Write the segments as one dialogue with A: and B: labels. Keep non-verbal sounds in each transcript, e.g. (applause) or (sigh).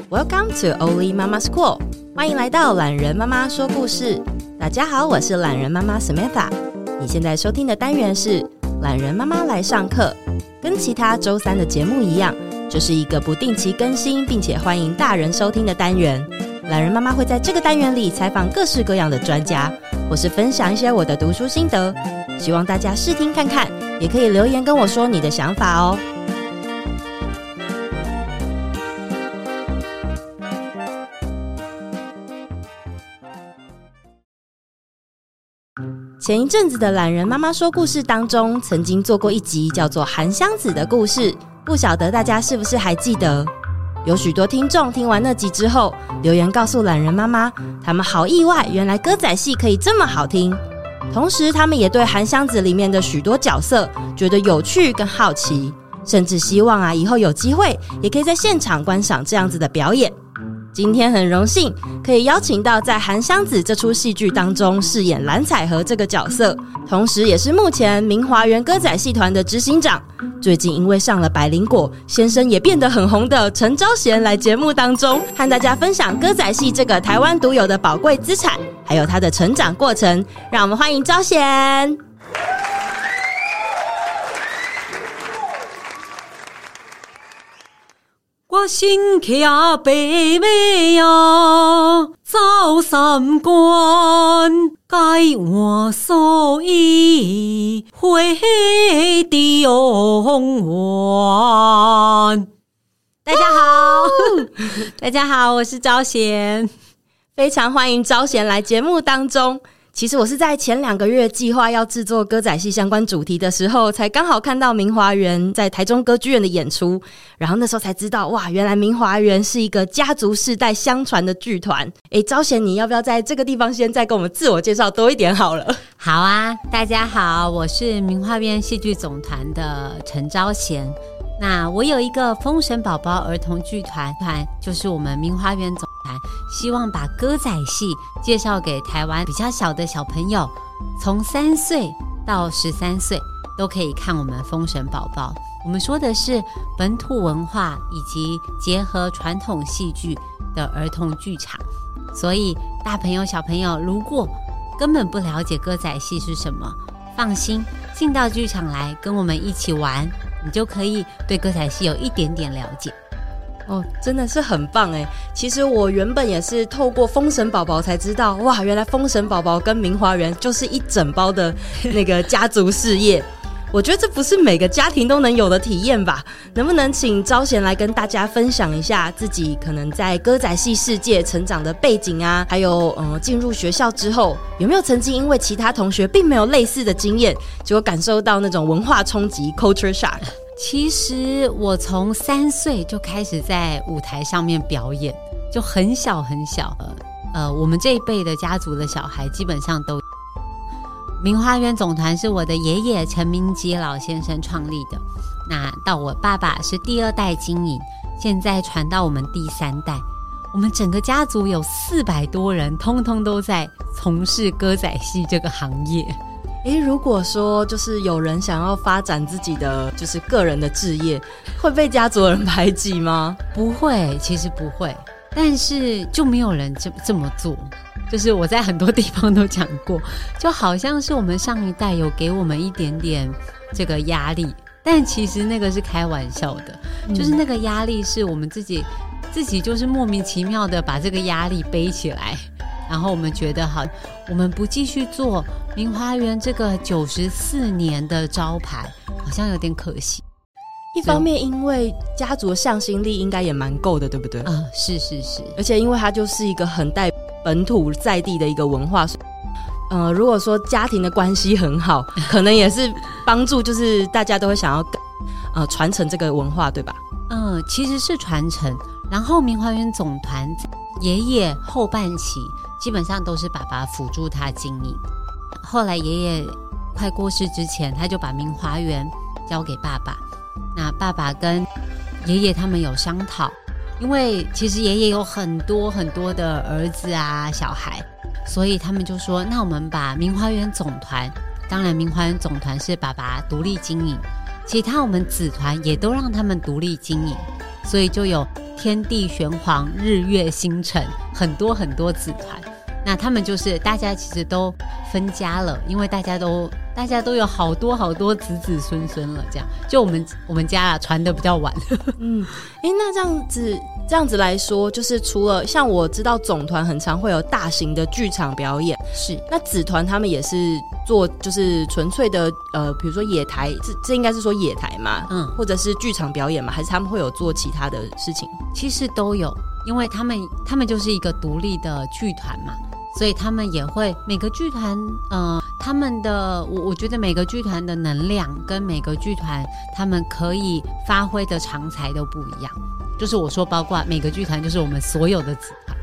A: to Oli Mama School，欢迎来到懒人妈妈说故事。大家好，我是懒人妈妈 Samantha。你现在收听的单元是懒人妈妈来上课，跟其他周三的节目一样，这是一个不定期更新，并且欢迎大人收听的单元。懒人妈妈会在这个单元里采访各式各样的专家，或是分享一些我的读书心得，希望大家试听看看，也可以留言跟我说你的想法哦。前一阵子的懒人妈妈说故事当中，曾经做过一集叫做《韩湘子》的故事，不晓得大家是不是还记得？有许多听众听完那集之后，留言告诉懒人妈妈，他们好意外，原来歌仔戏可以这么好听。同时，他们也对《韩湘子》里面的许多角色觉得有趣跟好奇，甚至希望啊，以后有机会也可以在现场观赏这样子的表演。今天很荣幸可以邀请到在《韩湘子》这出戏剧当中饰演蓝采和这个角色，同时也是目前明华园歌仔戏团的执行长。最近因为上了《百灵果》，先生也变得很红的陈昭贤来节目当中，和大家分享歌仔戏这个台湾独有的宝贵资产，还有他的成长过程。让我们欢迎昭贤。
B: 我身骑白马啊，走三关，改换素衣，回中原。
A: 大家好，
B: 大家 (laughs) 好，我是招贤。
A: 非常欢迎招贤来节目当中。其实我是在前两个月计划要制作歌仔戏相关主题的时候，才刚好看到明华园在台中歌剧院的演出，然后那时候才知道，哇，原来明华园是一个家族世代相传的剧团。诶，招贤，你要不要在这个地方先再跟我们自我介绍多一点好了？
C: 好啊，大家好，我是名画院戏剧总团的陈昭贤。那我有一个《封神宝宝》儿童剧团，团就是我们名花园总团，希望把歌仔戏介绍给台湾比较小的小朋友，从三岁到十三岁都可以看我们《封神宝宝》。我们说的是本土文化以及结合传统戏剧的儿童剧场，所以大朋友小朋友如果根本不了解歌仔戏是什么，放心，进到剧场来跟我们一起玩，你就可以对歌仔戏有一点点了解。
A: 哦，真的是很棒哎！其实我原本也是透过《封神宝宝》才知道，哇，原来《封神宝宝》跟明华园就是一整包的那个家族事业。 (laughs) 我觉得这不是每个家庭都能有的体验吧？能不能请招贤来跟大家分享一下自己可能在歌仔戏世界成长的背景啊？还有，嗯、进入学校之后有没有曾经因为其他同学并没有类似的经验，结果感受到那种文化冲击 （culture shock）？
C: 其实我从三岁就开始在舞台上面表演，就很小很小。呃，呃我们这一辈的家族的小孩基本上都。明花园总团是我的爷爷陈明基老先生创立的，那到我爸爸是第二代经营，现在传到我们第三代。我们整个家族有四百多人，通通都在从事歌仔戏这个行业。
A: 诶，如果说就是有人想要发展自己的就是个人的置业，会被家族人排挤吗？
C: 不会，其实不会，但是就没有人这这么做。就是我在很多地方都讲过，就好像是我们上一代有给我们一点点这个压力，但其实那个是开玩笑的，
A: 嗯
C: 就是那个压力是我们自己自己就是莫名其妙的把这个压力背起来，然后我们觉得好，我们不继续做明华园这个九十四年的招牌，好像有点可惜。
A: 一方面，因为家族的向心力应该也蛮够的，对不对？
C: 啊、是是是，
A: 而且因为它就是一个很带本土在地的一个文化，所以呃，如果说家庭的关系很 (laughs) 好，可能也是帮助，就是大家都会想要跟呃传承这个文化，对吧？
C: 嗯，其实是传承。然后明华园总团爷爷后半期基本上都是爸爸辅助他经营，后来爷爷快过世之前，他就把明华园交给爸爸。那爸爸跟爷爷他们有商讨，因为其实爷爷有很多很多的儿子啊小孩，所以他们就说，那我们把明华园总团，当然明华园总团是爸爸独立经营，其他我们子团也都让他们独立经营，所以就有天地玄黄、日月星辰，很多很多子团。那他们就是大家其实都分家了，因为大家都大家都有好多好多子子孙孙了，这样就我们我们家啊传的比较晚，
A: 嗯，诶，那这样子这样子来说，就是除了像我知道总团很常会有大型的剧场表演，
C: 是
A: 那子团他们也是做就是纯粹的呃，比如说野台，这这应该是说野台嘛，
C: 嗯，
A: 或者是剧场表演嘛，还是他们会有做其他的事情？
C: 其实都有，因为他们他们就是一个独立的剧团嘛，所以他们也会每个剧团，呃，他们的我我觉得每个剧团的能量跟每个剧团他们可以发挥的长才都不一样。就是我说，包括每个剧团，就是我们所有的子团，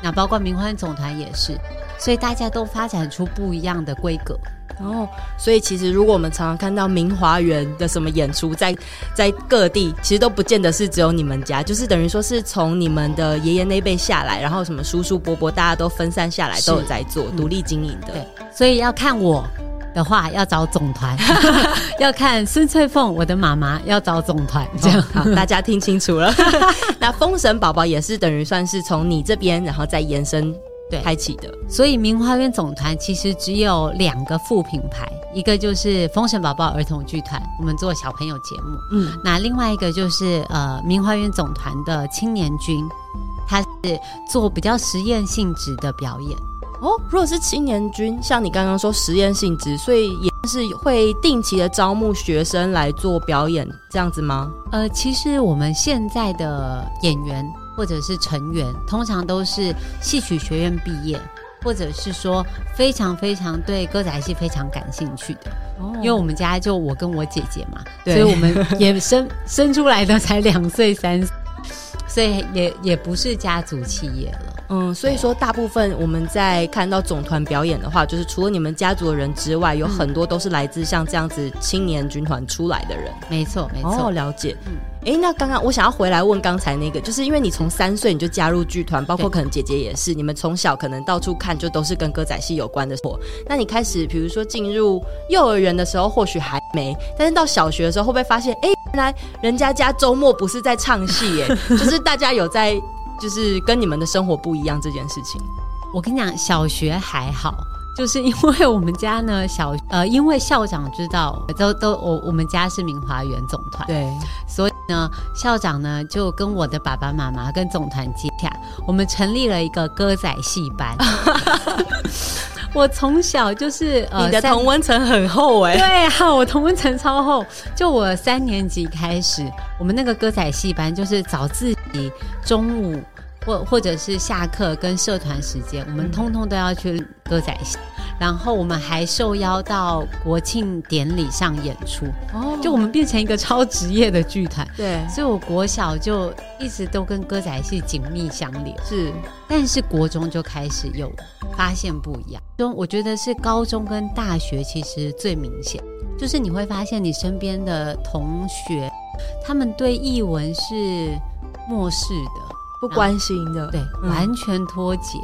C: 那包括明欢总团也是，所以大家都发展出不一样的规格。
A: 哦，所以其实如果我们常常看到明华园的什么演出在，在各地，其实都不见得是只有你们家，就是等于说是从你们的爷爷那辈下来，然后什么叔叔伯伯，大家都分散下来，
C: 是
A: 都有在做
C: 嗯
A: 独立经营的。
C: 对，所以要看我的话，要找总团； (laughs) 要看孙翠凤，我的妈妈，要找总团。这样、
A: 哦 (laughs) 好，大家听清楚
C: (laughs)
A: 了。那封神宝宝也是等于算是从你这边，然后再延伸
C: 对
A: 开启的。
C: 所以明花园总团其实只有两个副品牌，一个就是风神宝宝儿童剧团，我们做小朋友节目；
A: 嗯，
C: 那另外一个就是呃明花园总团的青年军，它是做比较实验性质的表演。
A: 哦，如果是青年军，像你刚刚说实验性质，所以也是会定期的招募学生来做表演这样子吗？
C: 呃，其实我们现在的演员或者是成员，通常都是戏曲学院毕业，或者是说非常非常对歌仔戏非常感兴趣的。
A: 哦
C: 因为我们家就我跟我姐姐嘛，所
A: 对
C: 以我们也生生出来的才两岁三岁， (laughs) 所以也也不是家族企业了。
A: 嗯，所以说大部分我们在看到总团表演的话，就是除了你们家族的人之外，有很多都是来自像这样子青年军团出来的人。
C: 没错，没错。
A: 哦，了解
C: 嗯。
A: 诶，那刚刚我想要回来问刚才那个，就是因为你从三岁你就加入剧团，包括
C: 对
A: 可能姐姐也是，你们从小可能到处看就都是跟歌仔戏有关的活。那你开始比如说进入幼儿园的时候，或许还没，但是到小学的时候，会不会发现，诶，原来人家家周末不是在唱戏
C: (laughs)
A: 耶，就是大家有在，就是跟你们的生活不一样这件事情。
C: 我跟你讲，小学还好，就是因为我们家呢， (laughs) 小呃，因为校长知道，都都我我们家是明华园总团，
A: 对，
C: 所以呢，校长呢就跟我的爸爸妈妈跟总团接洽，我们成立了一个歌仔戏
A: (laughs)
C: 班。我从小就是呃，
A: 你的
C: 三
A: 同温层很厚哎、
C: 对啊，我同温层超厚。就我三年级开始，我们那个歌仔戏班就是早自习、中午或或者是下课跟社团时间，我们通通都要去歌仔戏。然后我们还受邀到国庆典礼上演出，
A: 哦
C: 就我们变成一个超职业的剧团。
A: 对
C: 所以我国小就一直都跟歌仔戏紧密相连，
A: 是
C: 但是国中就开始有发现不一样。中我觉得是高中跟大学其实最明显，就是你会发现你身边的同学，他们对译文是漠视的，
A: 不关心的，
C: 对，
A: 嗯
C: 完全脱节。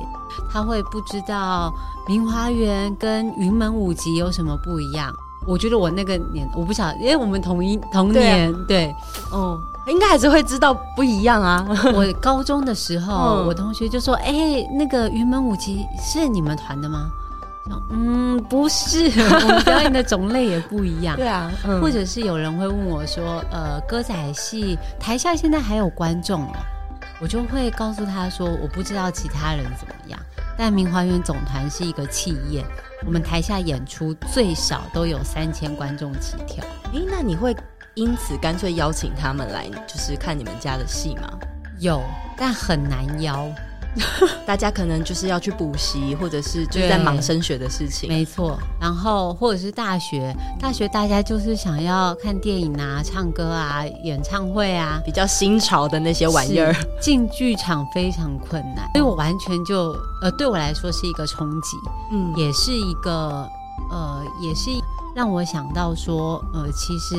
C: 他会不知道明华园跟云门舞集有什么不一样。我觉得我那个年，我不晓得，因为我们同一同
A: 对啊
C: 年，对
A: 哦，应该还是会知道不一样啊。 (laughs)
C: 我高中的时候，
A: 嗯
C: 我同学就说：“哎、那个云门舞集是你们团的吗？”我说嗯，
A: (laughs)
C: 不是，我们表演的种类也不一样。
A: 啊，嗯
C: 或者是有人会问我说：“呃，歌仔戏台下现在还有观众哦。”我就会告诉他说：“我不知道其他人怎么样，但明华园总团是一个企业，我们台下演出最少都有三千观众起跳。”
A: 诶，那你会因此干脆邀请他们来，就是看你们家的戏吗？
C: 有，但很难邀。
A: 大家可能就是要去补习，或者是就是
C: 对
A: 在忙升学的事情。
C: 没错，然后或者是大学，大学大家就是想要看电影啊、唱歌啊、演唱会啊，
A: 比较新潮的那些玩意儿，
C: 是进剧场非常困难，所以我完全就呃，对我来说是一个冲击，
A: 嗯，
C: 也是一个呃，也是让我想到说，呃，其实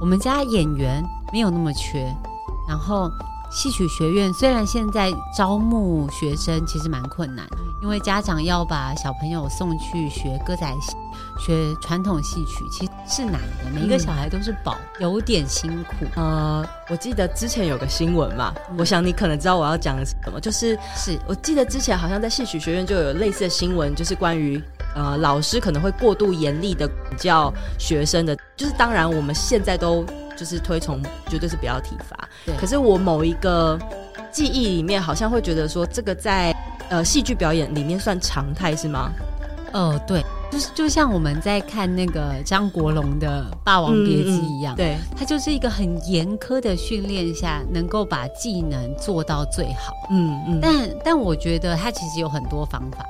C: 我们家演员没有那么缺，然后戏曲学院虽然现在招募学生其实蛮困难，因为家长要把小朋友送去学歌仔戏、学传统戏曲，其实是难的，每一个
A: 嗯
C: 小孩都是宝，有点辛苦。
A: 呃，我记得之前有个新闻嘛，我想你可能知道我要讲的是什么，就是
C: 是
A: 我记得之前好像在戏曲学院就有类似的新闻，就是关于呃老师可能会过度严厉的教学生的，就是当然我们现在都就是推崇绝对是不要体罚
C: 对，
A: 可是我某一个记忆里面好像会觉得说这个在呃戏剧表演里面算常态是吗？
C: 哦，对，就是就像我们在看那个张国荣的《霸王别
A: 嗯
C: 姬》一样，
A: 对，
C: 他就是一个很严苛的训练下，能够把技能做到最好。
A: 嗯嗯，
C: 但但我觉得他其实有很多方法，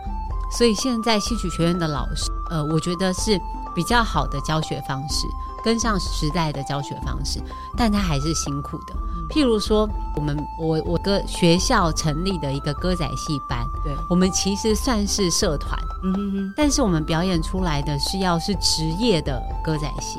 C: 所以现在戏曲学院的老师，呃，我觉得是比较好的教学方式，跟上时代的教学方式，但他还是辛苦的。
A: 嗯
C: 譬如说，我们我我个学校成立的一个歌仔戏班，
A: 对，
C: 我们其实算是社团，
A: 嗯哼哼，
C: 但是我们表演出来的是要是职业的歌仔
A: (laughs)
C: 戏，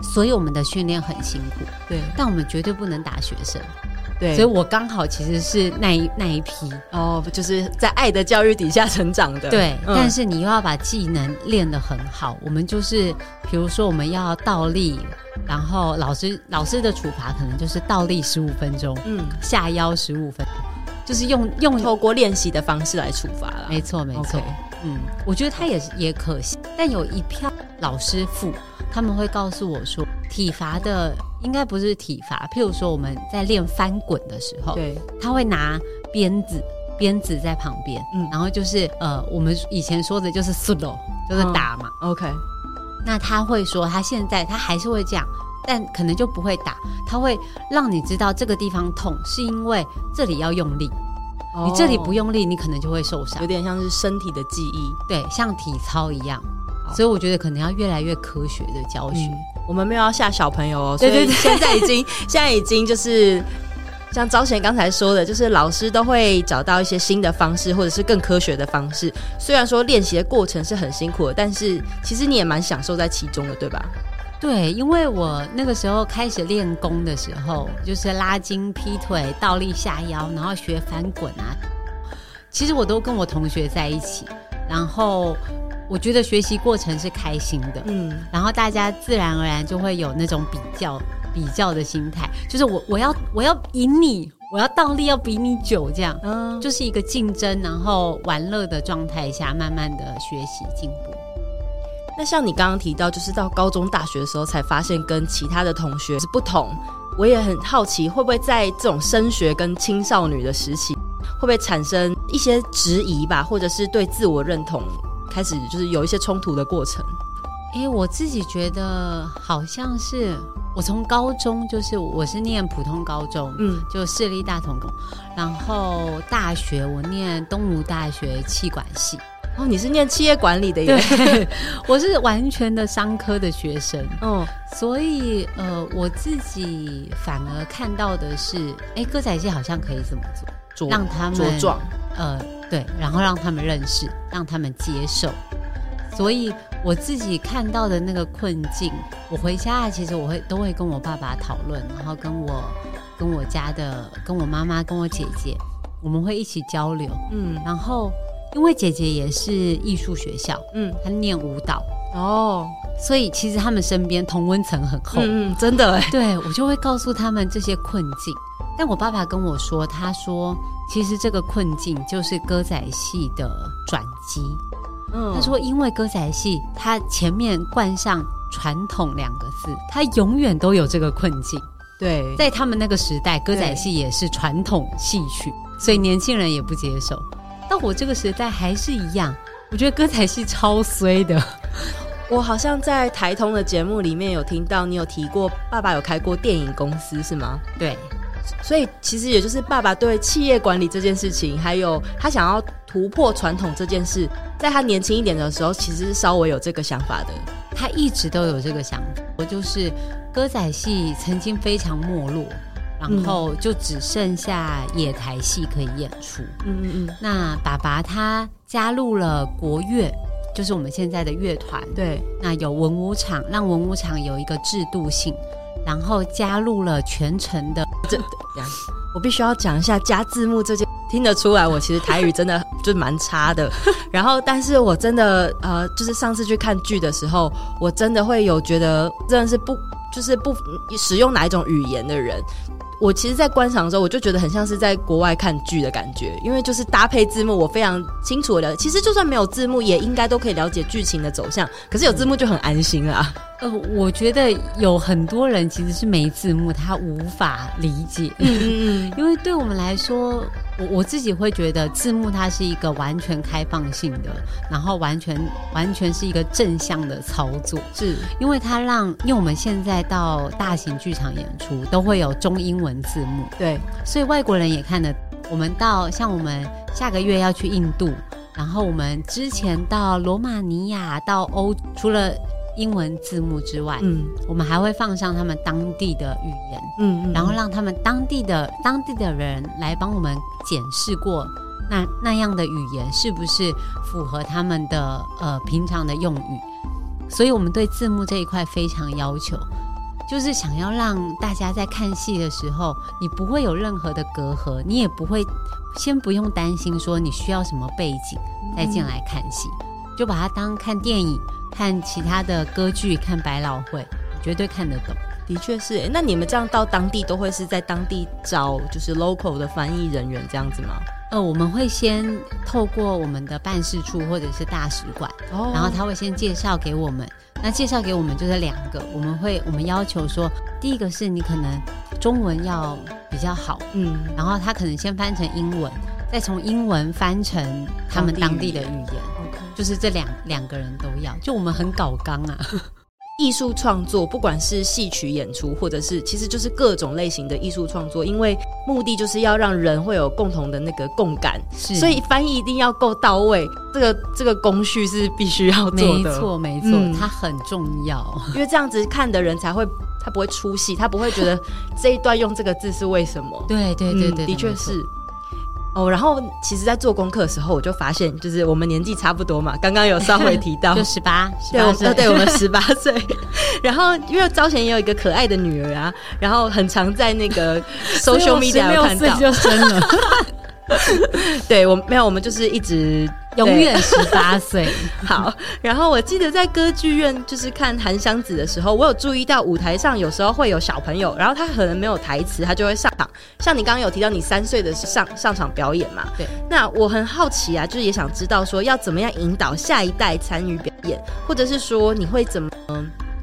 C: 所以我们的训练很辛苦，
A: 对
C: 但我们绝对不能打学生。
A: 嗯对，
C: 所以我刚好其实是那一那一批，
A: 哦，就是在爱的教育底下成长的，
C: 对，
A: 嗯
C: 但是你又要把技能练得很好。我们就是，比如说我们要倒立，然后老师老师的处罚可能就是倒立十五分钟，
A: 嗯，
C: 下腰十五分钟，就是用用。
A: 透过练习的方式来处罚了，
C: 没错，没错
A: OK
C: 嗯，我觉得他也是也可惜，但有一票老师傅他们会告诉我说，体罚的应该不是体罚，譬如说我们在练翻滚的时候，
A: 对，
C: 他会拿鞭子，鞭子在旁边，
A: 嗯
C: 然后就是呃，我们以前说的就是速咯，就是打嘛。
A: OK，
C: 那他会说，他现在他还是会这样，但可能就不会打，他会让你知道这个地方痛，是因为这里要用力，
A: 哦
C: 你这里不
A: 用，
C: 用力，你可能就会受伤
A: 有。点像是身体的记忆。
C: 对，像体操一样
A: 好。嗯
C: 所以我觉得可能要越来越科学的教学。
A: 我们没有要吓小朋友哦，所
C: 嗯对对
A: 以现在已经 (laughs) 现在已经就是像招贤刚才说的，就是老师都会找到一些新的方式，或者是更科学的方式。虽然说练习的过程是很辛苦的，但是其实你也蛮享受在其中的，对吧？
C: 对，因为我那个时候开始练功的时候，就是拉筋、劈腿、倒立、下腰，然后学翻滚啊。其实我都跟我同学在一起，然后我觉得学习过程是开心的，
A: 嗯，
C: 然后大家自然而然就会有那种比较比较的心态，就是我我要我要赢你，我要倒立要比你久，这样
A: 嗯，
C: 就是一个竞争，然后玩乐的状态下，慢慢的学习进步。
A: 那像你刚刚提到，就是到高中、大学的时候才发现跟其他的同学是不同。我也很好奇，会不会在这种升学跟青少女的时期，会不会产生一些质疑吧，或者是对自我认同开始就是有一些冲突的过程？
C: 诶，我自己觉得好像是我从高中就是我是念普通高中，
A: 嗯，
C: 就市立大同工，然后大学我念东吴大学气管系，
A: 哦，你是念企业管理的耶？
C: (laughs) 我是完全的商科的学生，
A: 嗯，
C: 所以呃，我自己反而看到的是，诶，歌仔戏好像可以这么做，
A: 茁
C: 让他们
A: 茁壮，
C: 呃，对，然后让他们认识，让他们接受。所以我自己看到的那个困境，我回家啊其实我会都会跟我爸爸讨论，然后跟我跟我家的跟我妈妈跟我姐姐，我们会一起交流。
A: 嗯
C: 然后因为姐姐也是艺术学校，
A: 嗯，
C: 她念舞蹈，
A: 哦，
C: 所以其实他们身边同温层很厚。
A: 嗯嗯，真的哎，
C: (laughs) 对我就会告诉他们这些困境。但我爸爸跟我说，他说其实这个困境就是歌仔戏的转机。
A: 嗯
C: 他说，因为歌仔戏它前面冠上“传统”两个字，它永远都有这个困境。
A: 对，
C: 在他们那个时代，歌仔戏也是传统戏曲，所以年轻人也不接受。到我这个时代还是一样，我觉得歌仔戏超衰的。
A: 我好像在台通的节目里面有听到你有提过，爸爸有开过电影公司是吗？
C: 对，
A: 所以其实也就是爸爸对企业管理这件事情，还有他想要突破传统这件事，在他年轻一点的时候，其实是稍微有这个想法的。
C: 他一直都有这个想法，我就是歌仔戏曾经非常没落，然后就只剩下野台戏可以演出。
A: 嗯嗯嗯，
C: 那爸爸他加入了国乐，就是我们现在的乐团，
A: 对，
C: 那有文武场，让文武场有一个制度性，然后加入了全程的
A: 我必须要讲一下加字幕这件听得出来，我其实台语真的就是蛮差 (laughs) 的。然后，但是我真的呃，就是上次去看剧的时候，我真的会有觉得真的是不就是不嗯使用哪一种语言的人。我其实，在观赏的时候，我就觉得很像是在国外看剧的感觉，因为就是搭配字幕，我非常清楚的了。其实就算没有字幕，也应该都可以了解剧情的走向。可是有字幕就很安心啊啦。
C: 呃，我觉得有很多人其实是没字幕，他无法理解。
A: 嗯嗯
C: 因为对我们来说，我我自己会觉得字幕它是一个完全开放性的，然后完全完全是一个正向的操作，
A: 嗯， (laughs) 是
C: 因为它让，因为我们现在到大型剧场演出都会有中英文字幕，
A: 对，
C: 所以外国人也看得。我们到像我们下个月要去印度，然后我们之前到罗马尼亚、到欧，除了英文字幕之外，
A: 嗯
C: 我们还会放上他们当地的语言。
A: 嗯嗯
C: 然后让他们当地的当地的人来帮我们检视过那那样的语言是不是符合他们的呃平常的用语，所以我们对字幕这一块非常要求，就是想要让大家在看戏的时候，你不会有任何的隔阂，你也不会先不用担心说你需要什么背景再进来看戏，就把它当看电影、看其他的歌剧、看百老汇，绝对看得懂。
A: 的确是耶。那你们这样到当地都会是在当地找就是 local 的翻译人员这样子吗？
C: 呃，我们会先透过我们的办事处或者是大使馆，
A: 哦
C: 然后他会先介绍给我们。那介绍给我们就是两个，我们会我们要求说，第一个是你可能中文要比较好，
A: 嗯
C: 然后他可能先翻成英文，再从英文翻成他们当地的语言，
A: ，OK。
C: 就是这两两个人都要。就我们很搞纲啊，
A: 艺术创作，不管是戏曲演出，或者是其实就是各种类型的艺术创作，因为目的就是要让人会有共同的那个共感，
C: 是
A: 所以翻译一定要够到位。这个这个工序是必须要做
C: 没
A: 的，
C: 错没错，
A: 嗯
C: 它很重要。
A: 因为这样子看的人才会他不会出戏，他不会觉得
C: (laughs)
A: 这一段用这个字是为什么。
C: 对嗯对对对，
A: 嗯的确
C: 没错
A: 是。哦，然后其实，在做功课的时候，我就发现，就是我们年纪差不多嘛，刚刚有稍微提到
C: (laughs) 就，十八十
A: 对，我
C: 八
A: 们
C: 岁
A: 呃，对我们十八岁。 (laughs) 然后因为招贤也有一个可爱的女儿啊，然后很常在那
C: (laughs)
A: 个 social media 有看
C: 所以我16岁
A: 到。
C: 就生了。
A: 对，我没有，我们就是一直
C: 永远十八岁，
A: (laughs) 好。然后我记得在歌剧院就是看《韩湘子》的时候，我有注意到舞台上有时候会有小朋友，然后他可能没有台词，他就会上场。像你刚刚有提到你三岁的时候上上场表演嘛？
C: 对。
A: 那我很好奇啊，就是也想知道说要怎么样引导下一代参与表演，或者是说你会怎么？呃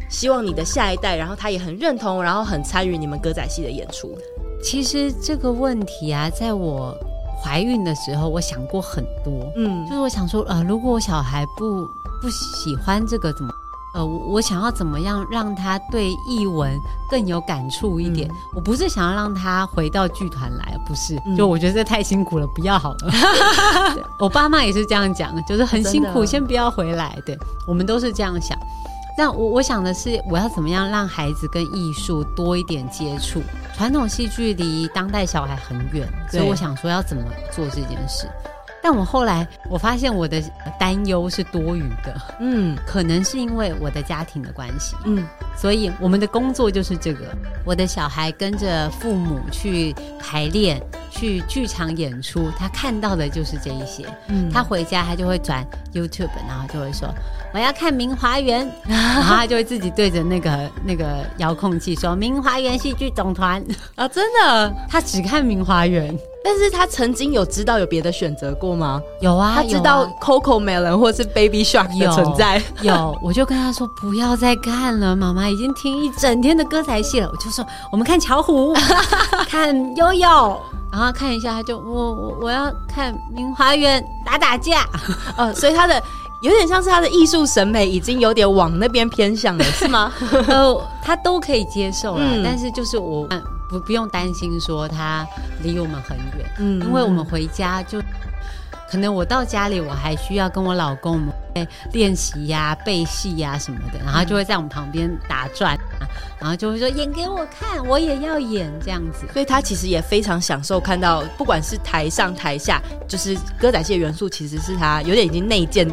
A: 希望你的下一代，然后他也很认同，然后很参与你们歌仔戏的演出。
C: 其实这个问题啊，在我怀孕的时候，我想过很多，
A: 嗯
C: 就，是我想说，呃，如果我小孩不不喜欢这个，怎么？呃，我我想要怎么样让他对译文更有感触一点？
A: 嗯
C: 我不是想要让他回到剧团来，不是，
A: 嗯
C: 就我觉得这太辛苦了，不
A: (laughs)
C: 要好了。对我爸妈也是这样讲，就是很辛
A: 哦真
C: 苦，
A: 的
C: 先不要回来。对我们都是这样想。但我我想的是，我要怎么样让孩子跟艺术多一点接触？传统戏剧离当代小孩很远，所以
A: 对
C: 我想说要怎么做这件事。但我后来我发现我的担忧是多余的，
A: 嗯
C: 可能是因为我的家庭的关系，
A: 嗯，
C: 所以我们的工作就是这个。我的小孩跟着父母去排练，去剧场演出，他看到的就是这一些。
A: 嗯
C: 他回家他就会转 YouTube，然后就会说我要看《明华 (laughs) 园》，然后他就会自己对着那个那个遥控器说《明华园戏剧总团》，
A: 啊，真的。
C: 他只看《明华园》。
A: 但是他曾经有知道有别的选择过吗？
C: 有啊，
A: 他知
C: 有啊
A: 道 Coco Melon 或是 Baby Shark 的
C: 有
A: 存在。
C: (laughs) 有，我就跟他说不要再看了，妈妈已经听一整天的歌仔戏了。我就说我们看巧 (laughs) 虎，看悠悠，然后看一下他就我我我要看明华园打打架，
A: (laughs) 呃，所以他的有点像是他的艺术审美已经有点往那边偏向了，是 (laughs) 吗？
C: 呃，他都可以接受啦，
A: 嗯
C: 但是就是我呃不不用担心说他离我们很远，
A: 嗯
C: 因为我们回家就。可能我到家里，我还需要跟我老公我们会练习呀、背戏呀、什么的，然后他就会在我们旁边打转、啊，然后就会说演给我看，我也要演这样子。
A: 所以他其实也非常享受看到，不管是台上台下，就是歌仔戏的元素，其实是他有点已经内建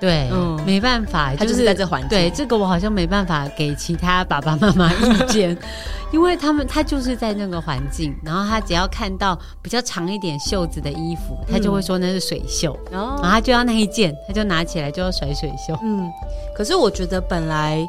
C: 对，
B: 嗯
C: 没办法，
A: 他就是在这环境
C: 对，这个我好像没办法给其他爸爸妈妈意见，
A: (laughs)
C: 因为他们他就是在那个环境，然后他只要看到比较长一点袖子的衣服，他就会说那是水袖，
A: 然后
C: 然后他就要那一件，他就拿起来就要甩水袖。
A: 哦嗯，可是我觉得本来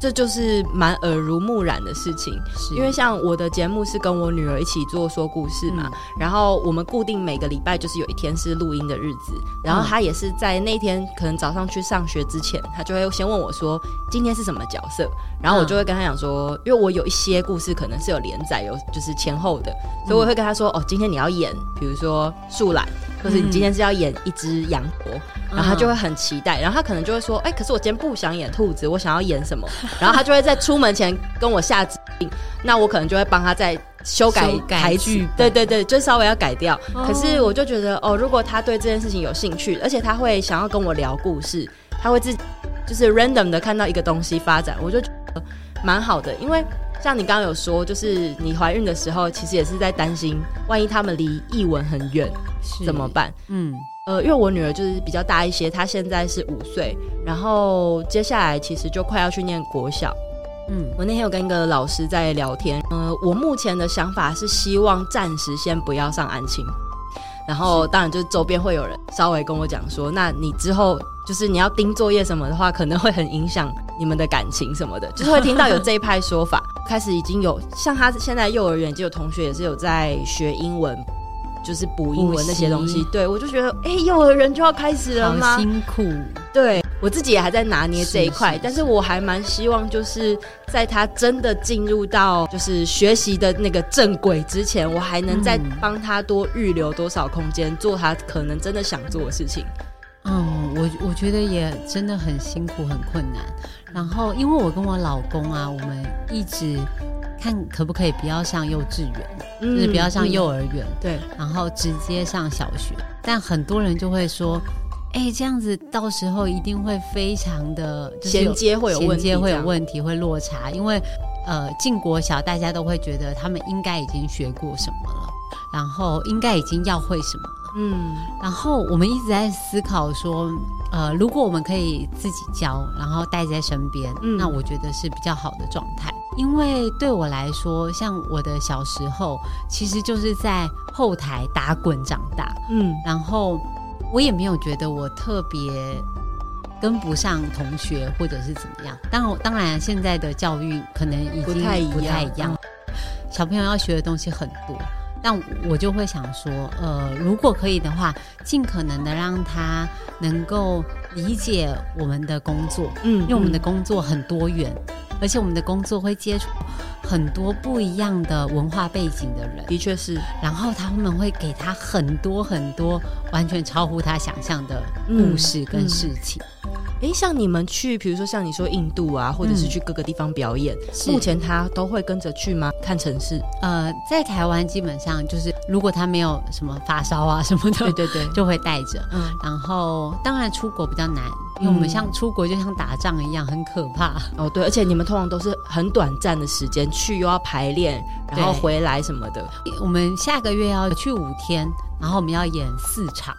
A: 这就是蛮耳濡目染的事情，
C: 是
A: 因为像我的节目是跟我女儿一起做说故事嘛，然后我们固定每个礼拜就是有一天是录音的日子，然后她也是在那天可能早上去上学之前，她就会先问我说今天是什么角色，然后我就会跟她讲说，因为我有一些故事可能是有连载有就是前后的，所以我会跟她说哦，今天你要演比如说树懒，或是你今天是要演一只羊驼，然后她就会很期待，然后她可能就会
C: 嗯
A: 说，哎、可是我今天不想演兔子，我想要演什么， (laughs) 然后她就会在出门前跟我下指令。那我可能就会帮他再修改
C: 修改
A: 台
C: 剧
A: 词，对对对，就稍微要改掉。可是我就觉得哦，如果他对这件事情有兴趣，而且他会想要跟我聊故事，他会自己就是 random 的看到一个东西发展，我就觉得蛮好的，因为。像你刚刚有说，就是你怀孕的时候，其实也是在担心，万一他们离译文很远怎么？办？
C: 嗯，
A: 呃，因为我女儿就是比较大一些，她现在是五岁，然后接下来其实就快要去念国小。
C: 嗯
A: 嗯，我那天有跟一个老师在聊天，呃，我目前的想法是希望暂时先不要上安亲，然后当然就是周边会有人稍微跟我讲说，那你之后就是你要盯作业什么的话，可能会很影响你们的感情什么的，就是会听到有这一派说法。开始已经有像他现在幼儿园已经有同学也是有在学英文，就是补英文那些东
C: 补
A: 西
C: 习。
A: 对我就觉得，哎、幼儿园就要开始了
C: 好
A: 吗？
C: 辛苦，
A: 对我自己也还在拿捏这一块，
C: 是是
A: 但是我还蛮希望，就是在他真的进入到就是学习的那个正轨之前，我还能再
C: 嗯
A: 帮他多预留多少空间，做他可能真的想做的事情。
C: 嗯，我我觉得也真的很辛苦，很困难。然后，因为我跟我老公啊，我们一直看可不可以不要上幼稚园，
A: 嗯
C: 就是不要上幼
A: 嗯
C: 儿园，
A: 对，
C: 然后直接上小学。但很多人就会说，哎、这样子到时候一定会非常的就是
A: 衔
C: 有
A: 接会有问
C: 衔
A: 题，
C: 接会有问题，会落差，因为呃，进国小大家都会觉得他们应该已经学过什么了，然后应该已经要会什么
A: 这
C: 了。
A: 样。嗯
C: 然后我们一直在思考说，呃，如果我们可以自己教，然后带在身边，
A: 嗯
C: 那我觉得是比较好的状态。因为对我来说，像我的小时候，其实就是在后台打滚长大，
A: 嗯
C: 然后我也没有觉得我特别跟不上同学或者是怎么样。当然，当然现在的教育可能已经
A: 不太一样嗯
C: 不太一样小朋友要学的东西很多。但我就会想说，呃，如果可以的话，尽可能的让他能够理解我们的工作，
A: 嗯，
C: 因为我们的工作很多元，而且我们的工作会接触很多不一样的文化背景的人
A: 嗯。的确是
C: 然后他们会给他很多很多完全超乎他想象的故事跟事情。
A: 哎、嗯像你们去，比如说像你说印度啊，或者是
C: 嗯
A: 去各个地方表演，
C: 是
A: 目前他都会跟着去吗？看城
C: (laughs)
A: 市，
C: 呃，在台湾基本上就是，如果他没有什么发烧啊什么的，
A: 对对对，
C: 就会带着。
A: 嗯，
C: 然后当然出国比较难，因为我
A: 嗯
C: 们像出国就像打仗一样，很可怕。
A: 哦，对，而且你们通常都是很短暂的时间去，又要排练，然后
C: 对
A: 回来什么的。
C: 我们下个月要去五天，然后我们要演四场，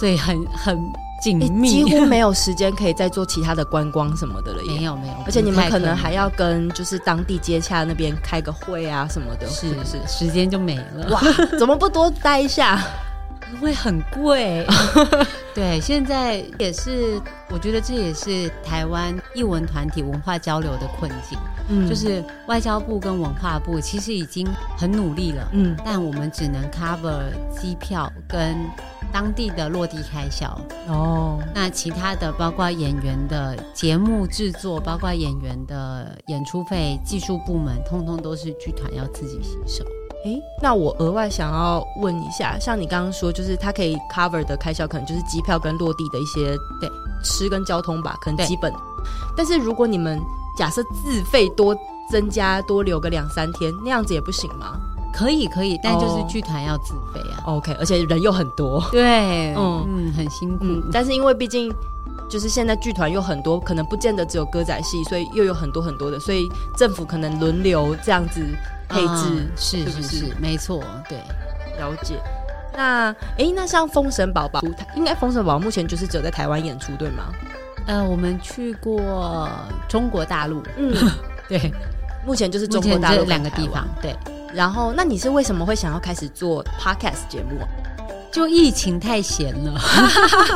C: 所以很很紧
A: 诶
C: 密。
A: 几乎没有时间可以再做其他的观光什么的了
C: 没
A: 耶。
C: 有没有，
A: 而且你
C: 不
A: 们
C: 太
A: 可能还要跟就是当地接洽那边开个会啊什么的，
C: 是
A: 不
C: 是
A: 是？
C: 时间就没了。
A: 哇，怎么不多待一下？
C: 因为很贵。
A: (laughs)
C: 对，现在也是，我觉得这也是台湾艺文团体文化交流的困境，
A: 嗯
C: 就是外交部跟文化部其实已经很努力了，
A: 嗯
C: 但我们只能 cover 机票跟当地的落地开销，
A: 哦，
C: 那其他的包括演员的节目制作，包括演员的演出费、技术部门，通通都是剧团要自己吸收。
A: 诶，那我额外想要问一下，像你刚刚说，就是他可以 cover 的开销，可能就是机票跟落地的一些
C: 对
A: 吃跟交通吧，可
C: 对
A: 能基本。但是如果你们假设自费多增加多留个两三天，那样子也不行吗
C: 可以可以，但就是
A: 哦
C: 剧团要自费啊。
A: ？OK，而且人又很多，
C: 对，
A: 嗯
C: 嗯，很辛苦。
A: 嗯，但是因为毕竟就是现在剧团有很多，可能不见得只有歌仔戏，所以又有很多很多的，所以政府可能轮流这样子配置、
C: 嗯是
A: 是不
C: 是
A: 是
C: 是，没错，对，
A: 了解。那诶，那像《封神宝宝》，应该《封神宝宝》目前就是只有在台湾演出，对吗？
C: 呃，我们去过中国大陆，
A: 嗯，
C: 对，
A: (laughs) 目前就是
C: 目
A: 中国
C: 前
A: 大陆
C: 这
A: 跟
C: 两个地
A: 台湾
C: 方。，对，
A: 然后，那你是为什么会想要开始做 podcast 节目啊？
C: 就疫情太闲了。 (laughs)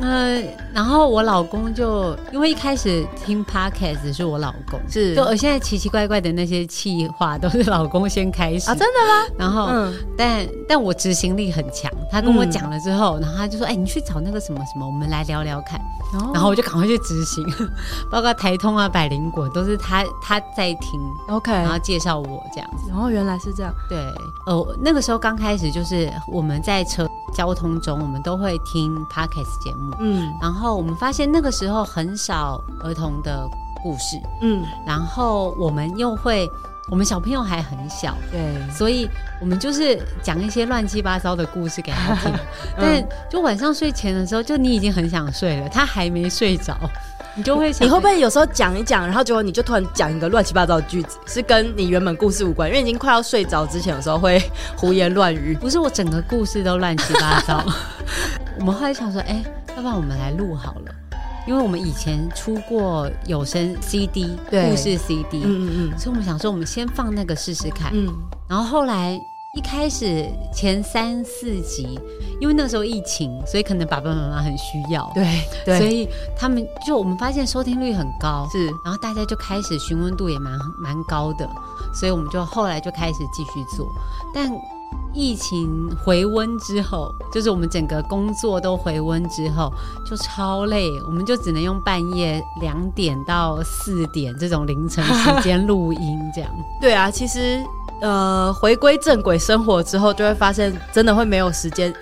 C: 呃，然后我老公就因为一开始听 podcast 是我老公，
A: 是
C: 就我现在奇奇怪怪的那些气话都是老公先开始，
A: 啊，真的吗？
C: 然后、
A: 嗯，
C: 但但我执行力很强，他跟我
A: 嗯
C: 讲了之后，然后他就说：“哎、你去找那个什么什么，我们来聊聊看。”
A: 然
C: 然
A: 后
C: 后我就赶快去执行， (laughs) 包括台通啊、百灵果都是他他在听，
A: OK，
C: 然后介绍我这样子。
A: 然后原来是这样，
C: 对，呃，那个时候刚开始就是我们在车交通中，我们都会听 podcast 节目，
A: 嗯
C: 然后我们发现那个时候很少儿童的故事，
A: 嗯，
C: 然后我们又会，我们小朋友还很小，
A: 对，
C: 所以我们就是讲一些乱七八糟的故事给他
A: (laughs)
C: 听，
A: 嗯
C: 但就晚上睡前的时候，就你已经很想睡了，他还没睡着，你就会想，
A: 你会不会有时候讲一讲，然后结果你就突然讲一个乱七八糟的句子，是跟你原本故事无关，因为已经快要睡着之前，有时候会胡言乱语。
C: 不是我整个故事都乱七八
A: (laughs)
C: 糟？我们后来想说，哎、要不然我们来录好了，因为我们以前出过有声 CD
A: 对
C: 故事 CD，、
A: 嗯嗯
C: 所以我们想说，我们先放那个试试看。
A: 嗯嗯，
C: 然后后来一开始前三四集，因为那个时候疫情，所以可能爸爸妈妈很需要，
A: 对
C: 所
A: 对，
C: 以他们就我们发现收听率很高，
A: 是
C: 然后大家就开始询问度也蛮蛮高的，所以我们就后来就开始继续做，但。疫情回温之后，就是我们整个工作都回温之后，就超累，我们就只能用半夜两点到四点这种凌晨时间录音，这样。
A: 对啊，其实呃，回归正轨生活之后，就会发现真的会没有时间。